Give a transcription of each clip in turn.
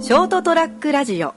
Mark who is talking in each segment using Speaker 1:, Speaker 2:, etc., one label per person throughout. Speaker 1: ショートトラックラジオ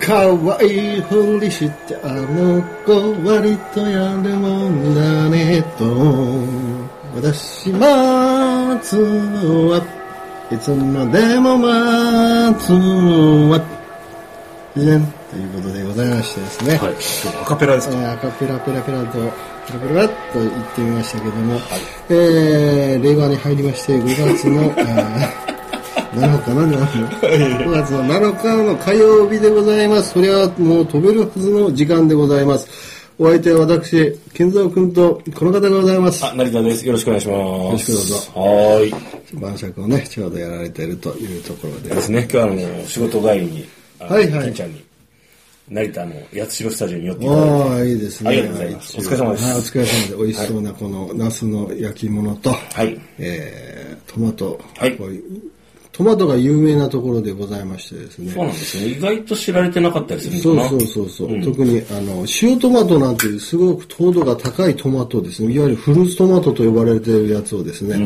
Speaker 2: 可愛いふりしてあの子割とやるもんだねと私待つわいつまでも待つわじゃんということでございましてですね、
Speaker 3: はい、今日アカペラです
Speaker 2: え
Speaker 3: か、
Speaker 2: ー、赤ペラペラペラとペラペラっと言ってみましたけども、えー令和に入りまして5月 のあー7日なんじゃないの5月の7日の火曜日でございますそれはもう飛べるはずの時間でございますお相手は私健三君とこの方がございます
Speaker 3: あ、成田です。よろしくお願いします。よ
Speaker 2: ろしくどうぞ
Speaker 3: はーい。
Speaker 2: 晩酌をねちょうどやられているというところで
Speaker 3: ですね、今日はあの、仕事帰りに、あの
Speaker 2: はいはい
Speaker 3: 金ちゃんに、成田の八代スタジオに寄っていただいて、
Speaker 2: ああいいですね
Speaker 3: ありがとうございますお疲れ様です
Speaker 2: はいお疲れ様で美味しそうなこのナスの焼き物と、
Speaker 3: はい。
Speaker 2: えートマト、
Speaker 3: はい
Speaker 2: こういうトマトが有名なところでございましてですね
Speaker 3: そうなんですね。意外と知られてなかったりする
Speaker 2: そ
Speaker 3: の
Speaker 2: う
Speaker 3: かな。
Speaker 2: そうそうそう、特にあの塩トマトなんていうすごく糖度が高いトマトですねいわゆるフルーツトマトと呼ばれてるやつをですね、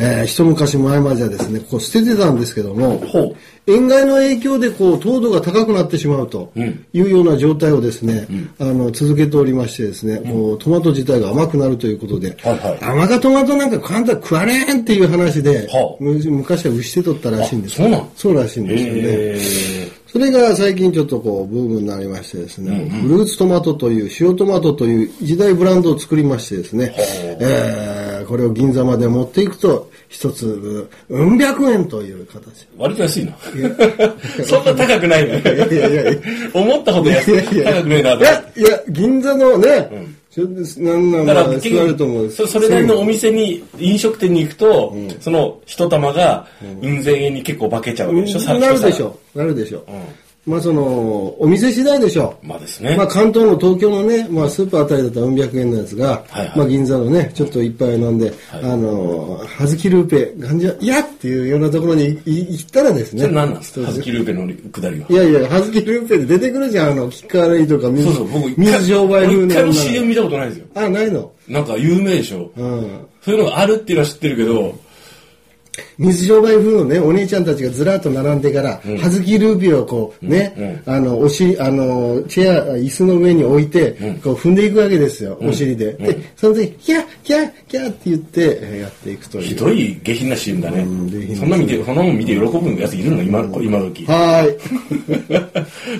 Speaker 2: えー一昔前まではですねこう捨ててたんですけども
Speaker 3: ほう
Speaker 2: 塩害の影響でこう糖度が高くなってしまうというような状態をですね、あの続けておりましてですね、こうトマト自体が甘くなるということで、
Speaker 3: はいはい
Speaker 2: 甘がトマトなんか簡単食われへんっていう話で、
Speaker 3: はあ
Speaker 2: む昔は牛してとったらしいんです
Speaker 3: あそうなん
Speaker 2: そうらしいんですよね、
Speaker 3: え
Speaker 2: それが最近ちょっとこうブームになりましてですね、フルーツトマトという塩トマトという一大ブランドを作りましてですね、えーこれを銀座まで持っていくと一粒うん百円という形。
Speaker 3: ー、割と安いな。 そんな高くないね。
Speaker 2: いやいやいや
Speaker 3: 思ったほど安
Speaker 2: い
Speaker 3: い
Speaker 2: やいや
Speaker 3: 高くないなと
Speaker 2: いや、いや、銀座のね、ちょっとなんなん
Speaker 3: だから
Speaker 2: まあ
Speaker 3: 結
Speaker 2: 座ると思う
Speaker 3: 局そそれなりのお店に飲食店に行くと、その一玉がうん千円に結構化けちゃうわけでしょ、
Speaker 2: なるでしょう。なるでしょう。まあその、お店次第でしょう。
Speaker 3: まあですね
Speaker 2: まあ関東の東京のね、まあスーパーあたりだったら400円のやつが、
Speaker 3: はいはい
Speaker 2: まあ銀座のね、ちょっといっぱい飲んで、あの、はずきルーペ、ガンジャ、いやっていうようなところにいい行ったらですね。
Speaker 3: それ何なんですか
Speaker 2: ちょ
Speaker 3: は
Speaker 2: っ
Speaker 3: ず
Speaker 2: と。
Speaker 3: きルーペのくだりはい
Speaker 2: やいや、はずきルーペで出てくるじゃん、あの、キッカーレイとか水、
Speaker 3: そうそう、僕一回、
Speaker 2: 水商売風
Speaker 3: 僕一回
Speaker 2: の
Speaker 3: も
Speaker 2: 女
Speaker 3: CM
Speaker 2: の
Speaker 3: 見たことないですよ。
Speaker 2: 子。あ、ないの。
Speaker 3: なんか有名でしょ。
Speaker 2: うん。
Speaker 3: そういうのがあるっていうのは知ってるけど、
Speaker 2: 水商売風のね、お姉ちゃんたちがずらっと並んでから、葉月ルービーをこう、ね、あの、おし、あの、チェア、椅子の上に置いて、こう踏んでいくわけですよ、お尻で。で、その時、キャーキャーキャーって言って、えーやっていくという。
Speaker 3: ひどい下品な CM だね
Speaker 2: ん下品な。
Speaker 3: そんな見て、そんなもん見て喜ぶやついるの今、今時。
Speaker 2: は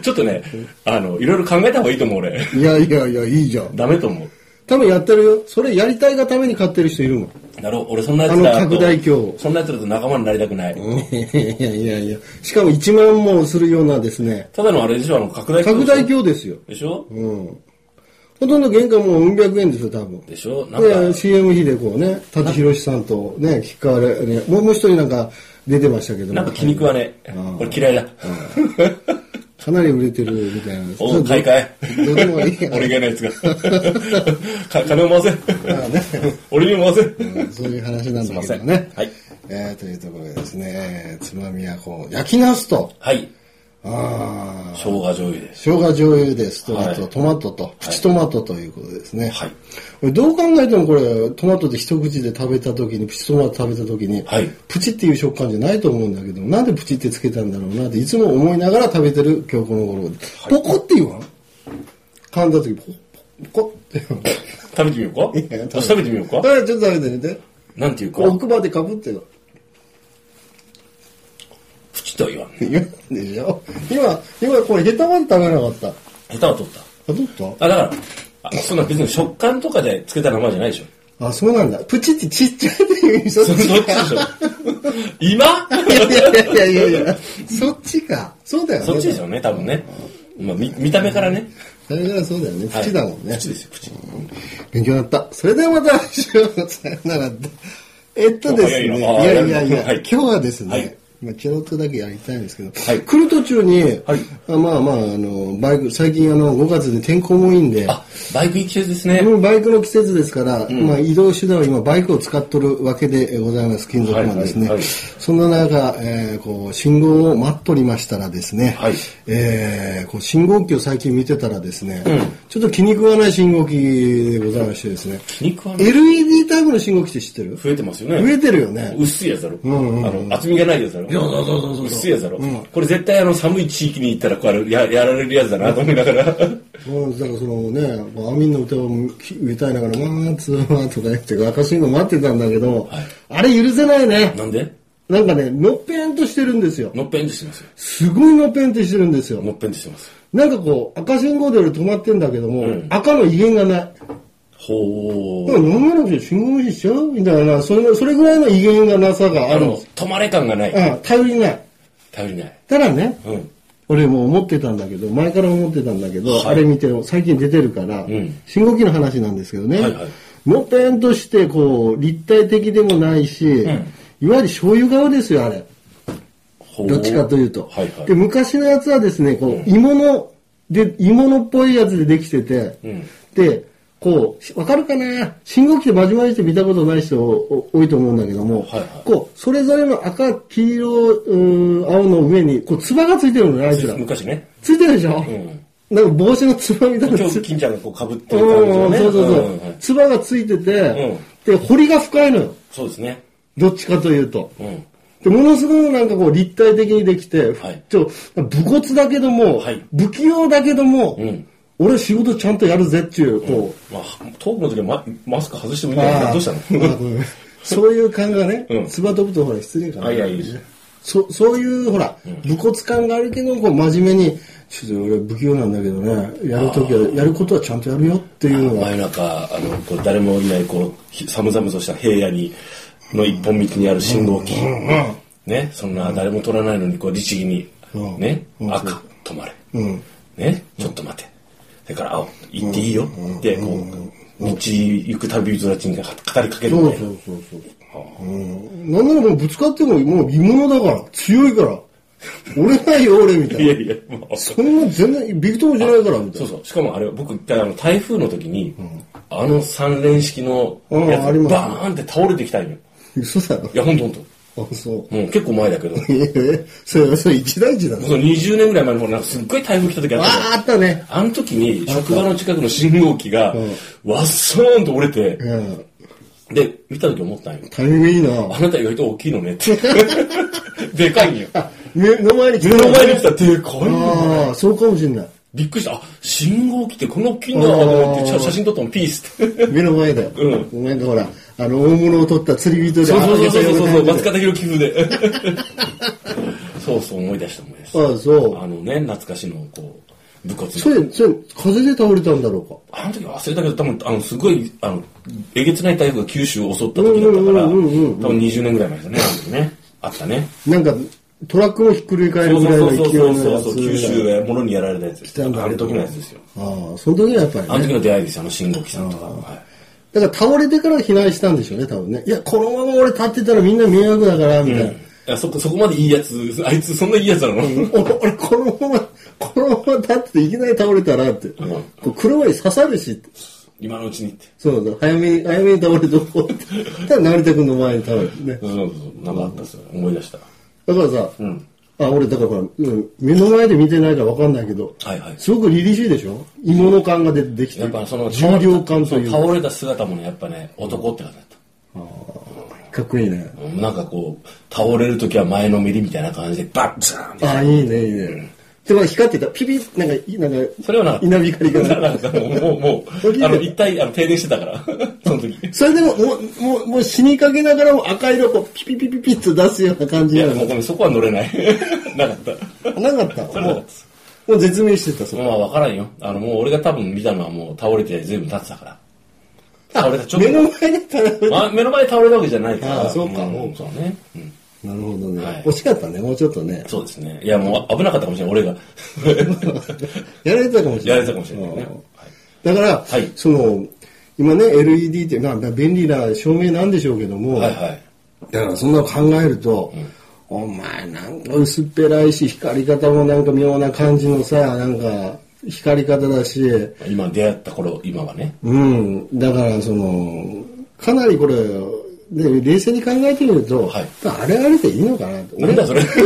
Speaker 3: ちょっとね、あの、いろいろ考えた方がいいと思う俺。
Speaker 2: ーい。いやいやいや、いいじゃん。
Speaker 3: ダメと思う。
Speaker 2: 多分やってるよ。それやりたいがために買ってる人いるもん。
Speaker 3: だろ俺そんなやつらと
Speaker 2: あの拡大鏡
Speaker 3: そんなやつらと仲間になりたくない。
Speaker 2: いやいやいや。しかも1万もするようなですね、
Speaker 3: ただのあれでしょ、あの、拡大
Speaker 2: 拡大鏡ですよ。
Speaker 3: でしょ
Speaker 2: うん。ほとんど原価もううん百円ですよ、多分。
Speaker 3: でしょなん
Speaker 2: で
Speaker 3: か、
Speaker 2: CM 費でこうね舘ひろしさんとね吉川れねもうもう一人なんか出てましたけども
Speaker 3: なんか気に食わねえ
Speaker 2: うん。
Speaker 3: 俺嫌いだ。
Speaker 2: かなり売れてるみたいなんです
Speaker 3: おう、買い替え。
Speaker 2: どうでもいいや
Speaker 3: 俺がやないやつが。か金を回せ。 俺にも回せ。
Speaker 2: そういう話なんだけ
Speaker 3: す
Speaker 2: ど
Speaker 3: いません
Speaker 2: ね
Speaker 3: はい
Speaker 2: えーというところでですねえーつまみはこう焼きナスと
Speaker 3: はい。
Speaker 2: ああ
Speaker 3: 生姜醤油です。
Speaker 2: 生姜醤油でストレート、
Speaker 3: はい
Speaker 2: トマトとプチトマトということですね、
Speaker 3: はい
Speaker 2: これどう考えてもこれトマトで一口で食べた時にプチトマト食べた時に、
Speaker 3: はい
Speaker 2: プチっていう食感じゃないと思うんだけどなんでプチってつけたんだろうなっていつも思いながら食べてる今日この頃、ポコって言わん噛んだ時ポコポコって言わん
Speaker 3: 食べてみよう か私食べてみようか
Speaker 2: はいちょっと食べてみて
Speaker 3: なんていうか、
Speaker 2: 奥歯でかぶってよ
Speaker 3: プチとは言わんね。
Speaker 2: 言わんでしょ今今これヘタまで食べなかったあ
Speaker 3: 下手は取った。
Speaker 2: どうぞ
Speaker 3: あ、だから、あそんな別に食感とかでつけた名前じゃないでしょ。
Speaker 2: あそうなんだプチってちっちゃいっていう意味そっ
Speaker 3: そ
Speaker 2: ち
Speaker 3: そっち
Speaker 2: か
Speaker 3: でしょ。 今
Speaker 2: いやいやいやいやいや、そっちか。そうだよね。
Speaker 3: そっちですよね、多分ね。まあ、見見た目からね。
Speaker 2: それはそうだよね。
Speaker 3: はい
Speaker 2: 口だもんね。
Speaker 3: 口ですよ、口。
Speaker 2: 勉強になった。それではまた来週さよなら。えっとですね。
Speaker 3: お
Speaker 2: い
Speaker 3: 早いなあ
Speaker 2: やいやいや、
Speaker 3: はい
Speaker 2: 今日はですね、
Speaker 3: はい
Speaker 2: まあ、ちょろっとだけやりたいんですけど、
Speaker 3: はい
Speaker 2: 来る途中に、
Speaker 3: はい
Speaker 2: あまあまあ、あの、バイク、最近あの、5月で天候もいいんで、
Speaker 3: あ、バイク一周ですね。
Speaker 2: もうバイクの季節ですから、まあ、移動手段は今バイクを使っとるわけでございます金属マンですね、
Speaker 3: はいはいはい
Speaker 2: そんな中、えーこう信号を待っとりましたらですね、
Speaker 3: はい
Speaker 2: えーこう信号機を最近見てたらですね、
Speaker 3: うん
Speaker 2: ちょっと気に食わない信号機でございましてですね
Speaker 3: 気に食わない。
Speaker 2: LED タイプの信号機って知ってる
Speaker 3: 増えてますよね。
Speaker 2: 増えてるよね
Speaker 3: 薄いやつだろ、
Speaker 2: んうん
Speaker 3: あの厚みがないやつだろ
Speaker 2: そうそうそうそう
Speaker 3: 薄いやつだろ、これ絶対あの寒い地域に行ったらこうあれややられるやつだなと思いながら
Speaker 2: うんだからそのね、アミンの歌を歌いながら、ワンツーワンとか言って赤信号待ってたんだけど、あれ許せないね。
Speaker 3: なんで
Speaker 2: なんかね、のっぺんとしてるんですよ。
Speaker 3: のっぺんとしてますよ
Speaker 2: すごいのっぺんってしてるんですよ。
Speaker 3: のっぺんとしてます
Speaker 2: なんかこう、赤信号で俺止まってんだけども、
Speaker 3: うん
Speaker 2: 赤の威厳がない。
Speaker 3: ほ
Speaker 2: だから
Speaker 3: う
Speaker 2: 飲まなくて信号無視しちゃうみたいな、それのそれぐらいの威厳がなさがあ
Speaker 3: あ
Speaker 2: るん
Speaker 3: の
Speaker 2: です。
Speaker 3: 止まれ感がない、
Speaker 2: うん、頼りない。
Speaker 3: 頼りない
Speaker 2: ただね、
Speaker 3: うん
Speaker 2: 俺もう思ってたんだけど、前から思ってたんだけど、
Speaker 3: はい
Speaker 2: あれ見て、最近出てるから、
Speaker 3: ん
Speaker 2: 信号機の話なんですけどね、
Speaker 3: はいはい
Speaker 2: のっぺんとして、こう、立体的でもないし、
Speaker 3: ん
Speaker 2: いわゆる醤油顔ですよ、あれ。
Speaker 3: ほ
Speaker 2: どっちかというと。
Speaker 3: はいはい
Speaker 2: で昔のやつはですね、こう、芋の、で、芋のっぽいやつでできてて、
Speaker 3: うん
Speaker 2: で、こう、しわかるかな信号機でまじまじして見たことない人お多いと思うんだけども、
Speaker 3: はいはい
Speaker 2: こう、それぞれの赤、黄色、うー青の上に、こう、つばがついてるのね、あいつら。
Speaker 3: 昔ね
Speaker 2: ついてるでしょ、
Speaker 3: ん
Speaker 2: なんか帽子のつばみたいな
Speaker 3: 今
Speaker 2: つ
Speaker 3: 日金ちゃんがこうかぶって
Speaker 2: う
Speaker 3: る感じの
Speaker 2: ん
Speaker 3: ね
Speaker 2: そうそうそ
Speaker 3: んん
Speaker 2: う。つばがついてて、で、彫りが深いのよ。
Speaker 3: そうですね
Speaker 2: どっちかというと。
Speaker 3: うん
Speaker 2: でものすごくなんかこう立体的にできて、
Speaker 3: はい
Speaker 2: ちょ武骨だけども、
Speaker 3: はい
Speaker 2: 不器用だけども、
Speaker 3: うん
Speaker 2: 俺仕事ちゃんとやるぜっていう、こ
Speaker 3: まあトークの時はママスク外してもいい
Speaker 2: うん
Speaker 3: だけどどうし たの
Speaker 2: あーごめんそういう感がね
Speaker 3: うん、
Speaker 2: つば飛ぶとほら失礼かな。
Speaker 3: あいやいいですよ
Speaker 2: そそういうほら、武骨感があるけど、こう真面目に、ちょっと俺不器用なんだけどね、やるときは、やることはちゃんとやるよっていうのが、
Speaker 3: 真夜中あのこう誰もいないこうひ寒々とした平野にの一本道にある信号機、ねそんな誰も取らないのにこう律儀に、
Speaker 2: うん
Speaker 3: ね、
Speaker 2: うん
Speaker 3: 赤止まれ、
Speaker 2: うん。
Speaker 3: ねちょっと待てそれから青行っていいよってこう道行く旅人たちに語りかける
Speaker 2: そ
Speaker 3: み
Speaker 2: う
Speaker 3: たい
Speaker 2: そ
Speaker 3: な
Speaker 2: うそうそう。うん。なんならもうぶつかっても、もう芋のだから、強いから、俺ないよ俺みたいな。
Speaker 3: いやいやもう
Speaker 2: そんな全然ビクともしないからみたい
Speaker 3: そう
Speaker 2: な。
Speaker 3: そうしかもあれ僕一回あの台風の時に、あの三連式の
Speaker 2: うん
Speaker 3: やつ
Speaker 2: あります
Speaker 3: バーンって倒れてきたんよ
Speaker 2: 嘘だろ
Speaker 3: い。やほんとほんと
Speaker 2: あ、そう。
Speaker 3: もう結構前だけど
Speaker 2: ええ、それ、それ一大事だろ。
Speaker 3: その20年ぐらい前のほらなんかすっごい台風来た時あ
Speaker 2: あ
Speaker 3: ったじゃん
Speaker 2: あ、あったね。
Speaker 3: あの時に職場の近くの信号機がわっそーんと折れて、
Speaker 2: うん。
Speaker 3: で、見た時思ったんよ。
Speaker 2: タイミングいいな。
Speaker 3: あなた意外と大きいのねって。 でかいんよ。
Speaker 2: 目の前に来
Speaker 3: 目の前に来たらでかいよ。
Speaker 2: ああ、そうかもしんない。
Speaker 3: びっくりした。あ、信号機ってこんな大きいんだと思って、
Speaker 2: あー
Speaker 3: 写真撮ったのピースって。
Speaker 2: 目の前だよ。
Speaker 3: うん
Speaker 2: お前がほら、あの、大物を取った釣り人で、
Speaker 3: そうそうそうそうそうそう、
Speaker 2: ああ
Speaker 3: 松方弘樹風で。 そうそう、思い出した思い出した。
Speaker 2: ああ、そ
Speaker 3: あのね、懐かしの、こう、武骨
Speaker 2: う。
Speaker 3: な
Speaker 2: そ。れ、それ、風で倒れたんだろうか。
Speaker 3: あの時忘れたけど、多分、あの、すごい、あの、えげつない台風が九州を襲った時だったから、多
Speaker 2: うんうんうんうんうん
Speaker 3: 分20年ぐらい前だね、あの時ね。あったね。
Speaker 2: なんか、トラックをひっくり返
Speaker 3: そ
Speaker 2: る
Speaker 3: う
Speaker 2: ぐらい
Speaker 3: そうそ
Speaker 2: の
Speaker 3: う
Speaker 2: 勢い
Speaker 3: そう
Speaker 2: の
Speaker 3: そ
Speaker 2: や
Speaker 3: う
Speaker 2: つ
Speaker 3: そう、九州が物にやられたやつです。あ
Speaker 2: たんだ
Speaker 3: の時のやつですよ。
Speaker 2: ああ、その時はやっぱりね。
Speaker 3: あの時の出会いですよ、あの信号機さんとか。はい
Speaker 2: だから倒れてから避難したんでしょうね、多分ね。いや、このまま俺立ってたらみんな迷惑だから、みたいな。
Speaker 3: いやそこ、そこまでいいやつ、あいつそんないいやつなの
Speaker 2: 俺、俺このまま、このまま立ってていきなり倒れたらって。こう車に刺さるしって。
Speaker 3: 今のうちにって。
Speaker 2: そうそう、早めに、早めに倒れておこうって。たら成田君の前に倒れてね。
Speaker 3: そうそうそう、なんかあったっすよ。思い出した。
Speaker 2: だからさ、
Speaker 3: ん
Speaker 2: あ、俺、だからほら、うん、目の前で見てないからわかんないけど、
Speaker 3: はいはい。
Speaker 2: すごく凛々しいでしょ芋の感が出てきて、
Speaker 3: やっぱその、
Speaker 2: 重量感という
Speaker 3: そう
Speaker 2: か。
Speaker 3: 倒れた姿もね、やっぱね、男って感じだった。
Speaker 2: かっこいいね。
Speaker 3: うんなんかこう、倒れる時は前のめりみたいな感じで、バッツーンって
Speaker 2: あ、いいね、いいね。で、まあ光ってた。ピピッ、なんかい、なんか、
Speaker 3: それはなんか、
Speaker 2: 稲光 が
Speaker 3: なんかもう、もう、もう、あの、一体、あの、停電してたから、その時。
Speaker 2: それでも、もう、もう、もう死にかけながらも赤色をこうピピピピピッと出すような感
Speaker 3: い
Speaker 2: じ
Speaker 3: や、
Speaker 2: な
Speaker 3: もう
Speaker 2: の
Speaker 3: ごめん、そこは乗れない。 なかっ
Speaker 2: なかった。
Speaker 3: た。れな
Speaker 2: も
Speaker 3: かった
Speaker 2: う
Speaker 3: で、
Speaker 2: もう絶命してた、そ
Speaker 3: ま
Speaker 2: こ。
Speaker 3: あ、わからんよ。あの、もう俺が多分見たのはもう倒れて随分経ってたから。倒れた直
Speaker 2: 目
Speaker 3: 後。
Speaker 2: の前に倒れ
Speaker 3: まあ、目の前で倒れるわけじゃないから。
Speaker 2: ああそうか
Speaker 3: ん
Speaker 2: そうか
Speaker 3: そうね。うん
Speaker 2: なるほどね、
Speaker 3: はい
Speaker 2: 惜しかったね、もうちょっとね。
Speaker 3: そうですね。いや、もう危なかったかもしれない、俺 が。
Speaker 2: やられてたかもしれ
Speaker 3: や
Speaker 2: ない。
Speaker 3: られたかもしれないね。
Speaker 2: うんだから、
Speaker 3: はい
Speaker 2: その、今ね、LED って、まあ、便利な照明なんでしょうけども、
Speaker 3: はいはい。
Speaker 2: だからそんなの考えると、お前なんか薄っぺらいし、光り方もなんか妙な感じのさ、なんか、光り方だし、
Speaker 3: 今出会った頃、今はね。
Speaker 2: うん、だからその、かなりこれ、ね、冷静に考えてみると、
Speaker 3: はい
Speaker 2: あれあれでいいのかなって。
Speaker 3: なんだそれ。だか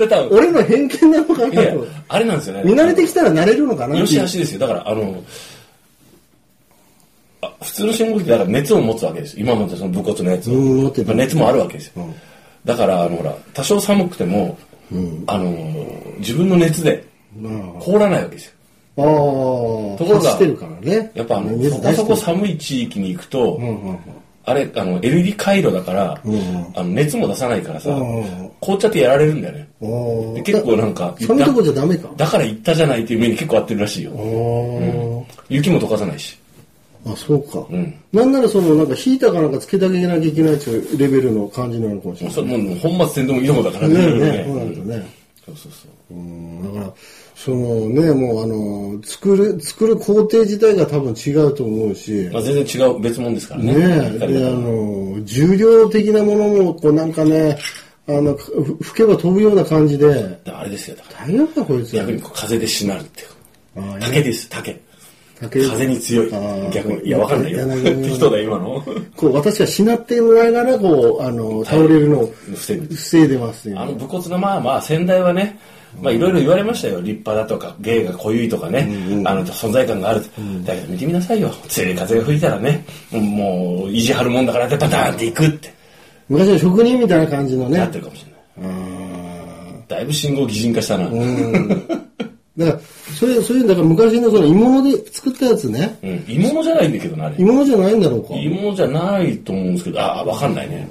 Speaker 3: ら多分
Speaker 2: 俺の偏見なのかない
Speaker 3: やいや
Speaker 2: と。
Speaker 3: あれなんですよね。
Speaker 2: 見慣れてきたら慣れるのかな
Speaker 3: よ
Speaker 2: って
Speaker 3: し
Speaker 2: いう
Speaker 3: あしですよ。だから、あの、あ普通の信号機ってだから熱を持つわけですよ。今までその武骨なやつを。
Speaker 2: うん持ってた
Speaker 3: まあ熱もあるわけですよ。だから、あの、ほら、多少寒くても、あの、自分の熱で
Speaker 2: まあ
Speaker 3: 凍らないわけですよ。
Speaker 2: あー、
Speaker 3: ところが
Speaker 2: 走ってるからね。
Speaker 3: やっぱあの、
Speaker 2: 熱
Speaker 3: そこそこ
Speaker 2: 出してる
Speaker 3: 寒い地域に行くと、
Speaker 2: うんうんうん
Speaker 3: あれ、あの、LED 回路だから、
Speaker 2: んうん
Speaker 3: あの熱も出さないからさ、
Speaker 2: うんうん
Speaker 3: 凍っちゃってやられるんだよね。
Speaker 2: おー
Speaker 3: で結構なんか
Speaker 2: だ寒いとこじゃダメか。
Speaker 3: だから行ったじゃないっていう目に結構合ってるらしいよ。
Speaker 2: おー
Speaker 3: 雪も溶かさないし。
Speaker 2: あ、そうか。
Speaker 3: ん
Speaker 2: なんならその、なんかヒーターかなんかつけてあげなきゃいけないっていうレベルの感じなのかもしれ
Speaker 3: もう
Speaker 2: ない。
Speaker 3: それもう本末転倒もいいとこだから
Speaker 2: ねえ
Speaker 3: ね
Speaker 2: ね、そうなるとね。
Speaker 3: そうそう
Speaker 2: う
Speaker 3: そう。
Speaker 2: ん、だから、そのね、もうあの、作る、作る工程自体が多分違うと思うし、
Speaker 3: まあ、全然違う別物ですからね。
Speaker 2: ねえ、で、あの、重量的なものも、こうなんかね、あの、ふ吹けば飛ぶような感じで、
Speaker 3: あれですよ。だから
Speaker 2: 大変だこいつ。
Speaker 3: 逆にこう風でしなるっていう。
Speaker 2: あ
Speaker 3: 竹です、竹。
Speaker 2: 竹
Speaker 3: 風に強い
Speaker 2: あー。
Speaker 3: 逆に。いや、わかんないよ。
Speaker 2: 柳の
Speaker 3: 適当だよ、今の。
Speaker 2: こう、私はしなってもらいながら、こう、あの、倒れるのを
Speaker 3: 防ぐ
Speaker 2: 防いでますよ。
Speaker 3: あの武骨なまあまあ先代はねまあいろいろ言われましたよ立派だとか芸が濃ゆいとかね、あの存在感がある、だけど見てみなさいよ強い風が吹いたらねもう意地張るもんだからってバターンっていくって
Speaker 2: 昔の職人みたいな感じのね。
Speaker 3: なってるかもしれない
Speaker 2: あー
Speaker 3: だいぶ信号擬人化したな、
Speaker 2: だから、そういう、そういう、だから昔のその鋳物で作ったやつね。
Speaker 3: うん鋳物じゃないんだけどなあれ
Speaker 2: 鋳物じゃないんだろうか。
Speaker 3: 鋳物じゃないと思うんですけどああ分かんないね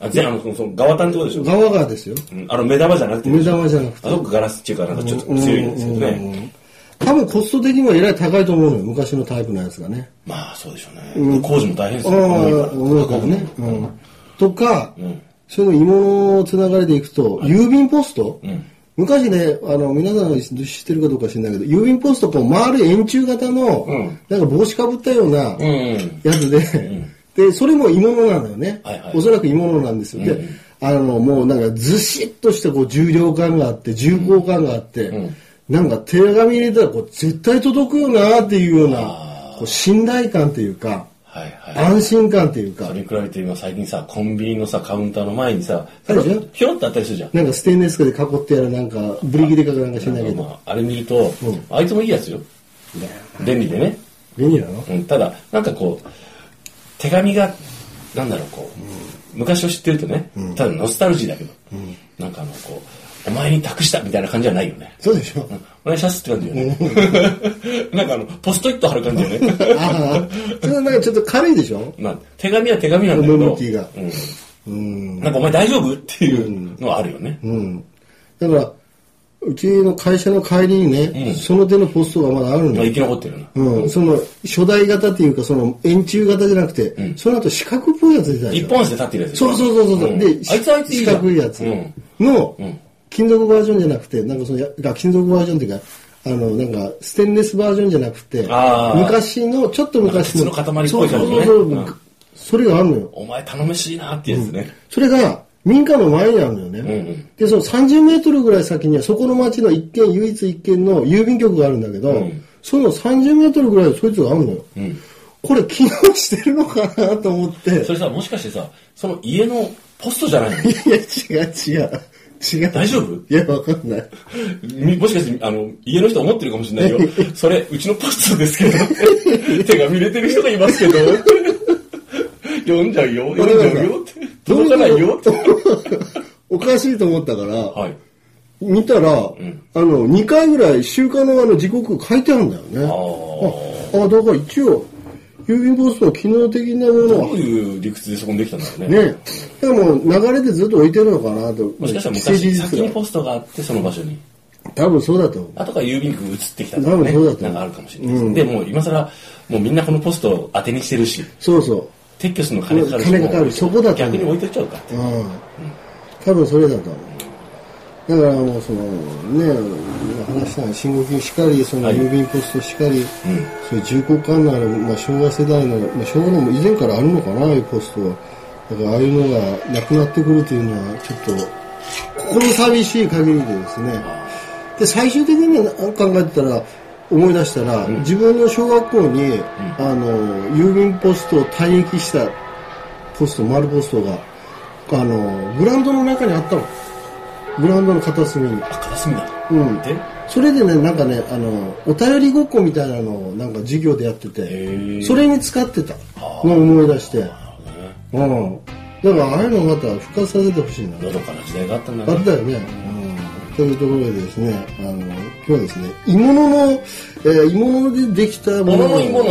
Speaker 3: あ全あのそのそのガワタンってことでしょ、
Speaker 2: 側がですよ。
Speaker 3: うんあの目玉じゃなくて
Speaker 2: 目玉じゃなくて。
Speaker 3: あそこガラスっていうかなんかちょっと強いんですけどね、
Speaker 2: 多分コスト的にはえらい高いと思うのよ。昔のタイプのやつがね。
Speaker 3: まあそうでしょうね、工事も大変ですよ重いから
Speaker 2: 思うからね。うんとか、
Speaker 3: ん
Speaker 2: そういうの鋳物のつながりでいくと、郵便ポスト、
Speaker 3: ん
Speaker 2: 昔ね、あの、皆さんが知ってるかどうか知らないけど、郵便ポスト、こう、丸い円柱型の、
Speaker 3: うん
Speaker 2: なんか帽子かぶったような、
Speaker 3: うん
Speaker 2: やつで、で、それも鋳物なのよね。
Speaker 3: はいはい
Speaker 2: おそらく鋳物なんですよ。で、あの、もうなんかずしっとしたこう重量感があって、重厚感があって、
Speaker 3: ん
Speaker 2: なんか手紙入れたらこう絶対届くよなっていうような、こう信頼感というか、
Speaker 3: はいはい
Speaker 2: 安心感という
Speaker 3: そ
Speaker 2: か、
Speaker 3: れに比べて今最近さ、コンビニのさ、カウンターの前にさ、
Speaker 2: あ
Speaker 3: ひょ
Speaker 2: るじゃん
Speaker 3: ろっとあったりするじゃん。
Speaker 2: なんかステンレスで囲ってやらなんか、ブリキでかくなんかしないけど、
Speaker 3: まあ、あれ見ると、
Speaker 2: ん
Speaker 3: あいつもいいやつよ。便利でね。
Speaker 2: 便利なの
Speaker 3: うん、ただ、なんかこう、手紙が、なんだろう、こう、昔を知ってるとね、ただノスタルジーだけど、なんかあの、こう、お前に託したみたいな感じじゃないよね。
Speaker 2: そうでしょ
Speaker 3: うんお願いしますって感じ よね。なんかあの、ポストイット貼る感じよね。
Speaker 2: ああ、それなんかちょっと軽いでしょ
Speaker 3: まあ、手紙は手紙なんだけど、
Speaker 2: メモティーが
Speaker 3: う
Speaker 2: う
Speaker 3: ん
Speaker 2: ん。
Speaker 3: なんかお前大丈夫っていうのはあるよね。
Speaker 2: うん。だから、うちの会社の帰りにね、
Speaker 3: うん
Speaker 2: その手のポストがまだあるの
Speaker 3: ま
Speaker 2: よ。
Speaker 3: あ、生き残ってるな。
Speaker 2: うん、その、初代型っていうか、その、円柱型じゃなくて、その後四角っぽいやつ出たでし
Speaker 3: 一
Speaker 2: ょ
Speaker 3: 本足で立ってるやつ。
Speaker 2: そうそうそうそうそう、
Speaker 3: ん
Speaker 2: で、
Speaker 3: あいつあいつい
Speaker 2: 四
Speaker 3: いじゃん
Speaker 2: 角いやつ
Speaker 3: うん。
Speaker 2: の、
Speaker 3: ん
Speaker 2: 金属バージョンじゃなくて、なんかそのや、が金属バージョンっていうか、あの、なんか、ステンレスバージョンじゃなくて、
Speaker 3: あー
Speaker 2: 昔の、ちょっと昔の。
Speaker 3: なんか鉄の塊っぽい感じの
Speaker 2: そうそう
Speaker 3: ね
Speaker 2: そう、
Speaker 3: うん
Speaker 2: それがあるのよ。
Speaker 3: お前頼めしいなってやつね。
Speaker 2: それが、民家の前にあるのよね。
Speaker 3: んうん
Speaker 2: で、その30メートルぐらい先には、そこの町の一軒、唯一一軒の郵便局があるんだけど、
Speaker 3: うん
Speaker 2: その30メートルぐらいでそいつがあるのよ。
Speaker 3: ん
Speaker 2: これ、機能してるのかなと思って、い
Speaker 3: それさ、もしかしてさ、その家のポストじゃないの
Speaker 2: や、違う違う。違う。
Speaker 3: 大丈夫
Speaker 2: いや、わかんない。
Speaker 3: みもしかして、あの、家の人思ってるかもし れないよ。それ、うちのポストですけど。手が見れてる人がいますけど。読んじゃうよ。読んじゃうよって。届かないよって。
Speaker 2: おかしいと思ったから、
Speaker 3: はい。
Speaker 2: 見たら、あの、2回ぐらい週間のあの時刻書いてあるんだよね。
Speaker 3: あ
Speaker 2: あ、だから一応、郵便ポストの機能的なものは
Speaker 3: どういう理屈でそこにできたんだろうね。
Speaker 2: ねでも流れでずっと置いてるのかなと。
Speaker 3: もしかしたら
Speaker 2: 既成
Speaker 3: 昔、
Speaker 2: 事実
Speaker 3: 先に
Speaker 2: が
Speaker 3: ポストがあって、その場所に。
Speaker 2: 多分そうだと思う。
Speaker 3: あとから郵便局移ってきたとか
Speaker 2: 多分
Speaker 3: ね、
Speaker 2: そうだと思う
Speaker 3: なんかあるかもしれないです。で、もう今更、もうみんなこのポストを当てにしてるし、
Speaker 2: そうそ
Speaker 3: 撤去するの金かかるし、
Speaker 2: 金かかる
Speaker 3: もう
Speaker 2: そこだと思う
Speaker 3: 逆に置いとっちゃうかって
Speaker 2: う。。うん。多分それだと思う。だからもうその、ね、今話した信号機しかり、その
Speaker 3: はい
Speaker 2: 郵便ポストしかり、そういう重厚感のある、まあ、昭和世代の、まあ、昭和のも以前からあるのかな、ああいうポストは。だからああいうのがなくなってくるというのは、ちょっと、心寂しい限りでですねで最終的に考えてたら思い出したら、自分の小学校に、あの郵便ポストを退役したポスト丸ポストがあのグラウンドの中にあったのグラウンドの片隅に
Speaker 3: あ片隅だ
Speaker 2: うん
Speaker 3: で
Speaker 2: それでねなんかねあのお便りごっこみたいなのをなんか授業でやってて
Speaker 3: ー
Speaker 2: それに使ってたのを思い出してうんだからああいうのまた復活させてほしいな
Speaker 3: のどかな時代があったんだ
Speaker 2: あ
Speaker 3: ね
Speaker 2: ったよね。というところでですね、あの、今日はですね、鋳物の、えー、鋳物でできたもの。
Speaker 3: 斧の鋳
Speaker 2: う
Speaker 3: 物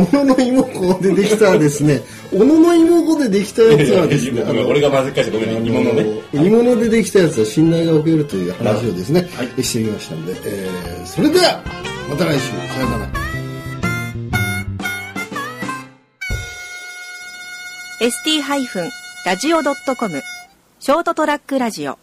Speaker 2: ん斧の鋳物でできたです ね、斧の鋳物でできたやつはですね、
Speaker 3: ごめん俺がまずっかしてごめんね煮物ね
Speaker 2: 鋳物でできたやつは信頼が受けるという話をですね、
Speaker 3: はい
Speaker 2: してみましたので、えーそれでは、また来週、さようなら。
Speaker 1: ST-radio.com ショートトラックラジオ